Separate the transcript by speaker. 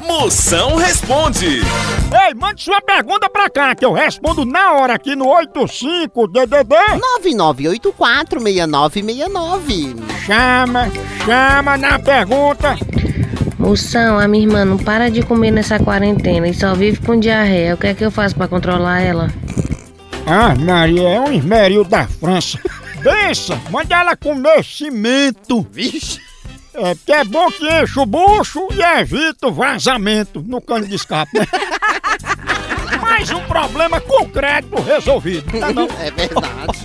Speaker 1: Moção responde.
Speaker 2: Ei, mande sua pergunta pra cá que eu respondo na hora aqui no 85 DDD.
Speaker 3: 99846969.
Speaker 2: Chama, chama na pergunta.
Speaker 4: Moção, a minha irmã não para de comer nessa quarentena e só vive com diarreia. O que é que eu faço pra controlar ela?
Speaker 2: Ah, Maria, é um esmeril da França. Pensa, manda ela comer cimento.
Speaker 1: Vixe.
Speaker 2: É, porque é bom que enche o bucho e evita o vazamento no cano de escape. né? Tá Mais um problema concreto resolvido. Tá não?
Speaker 3: É verdade.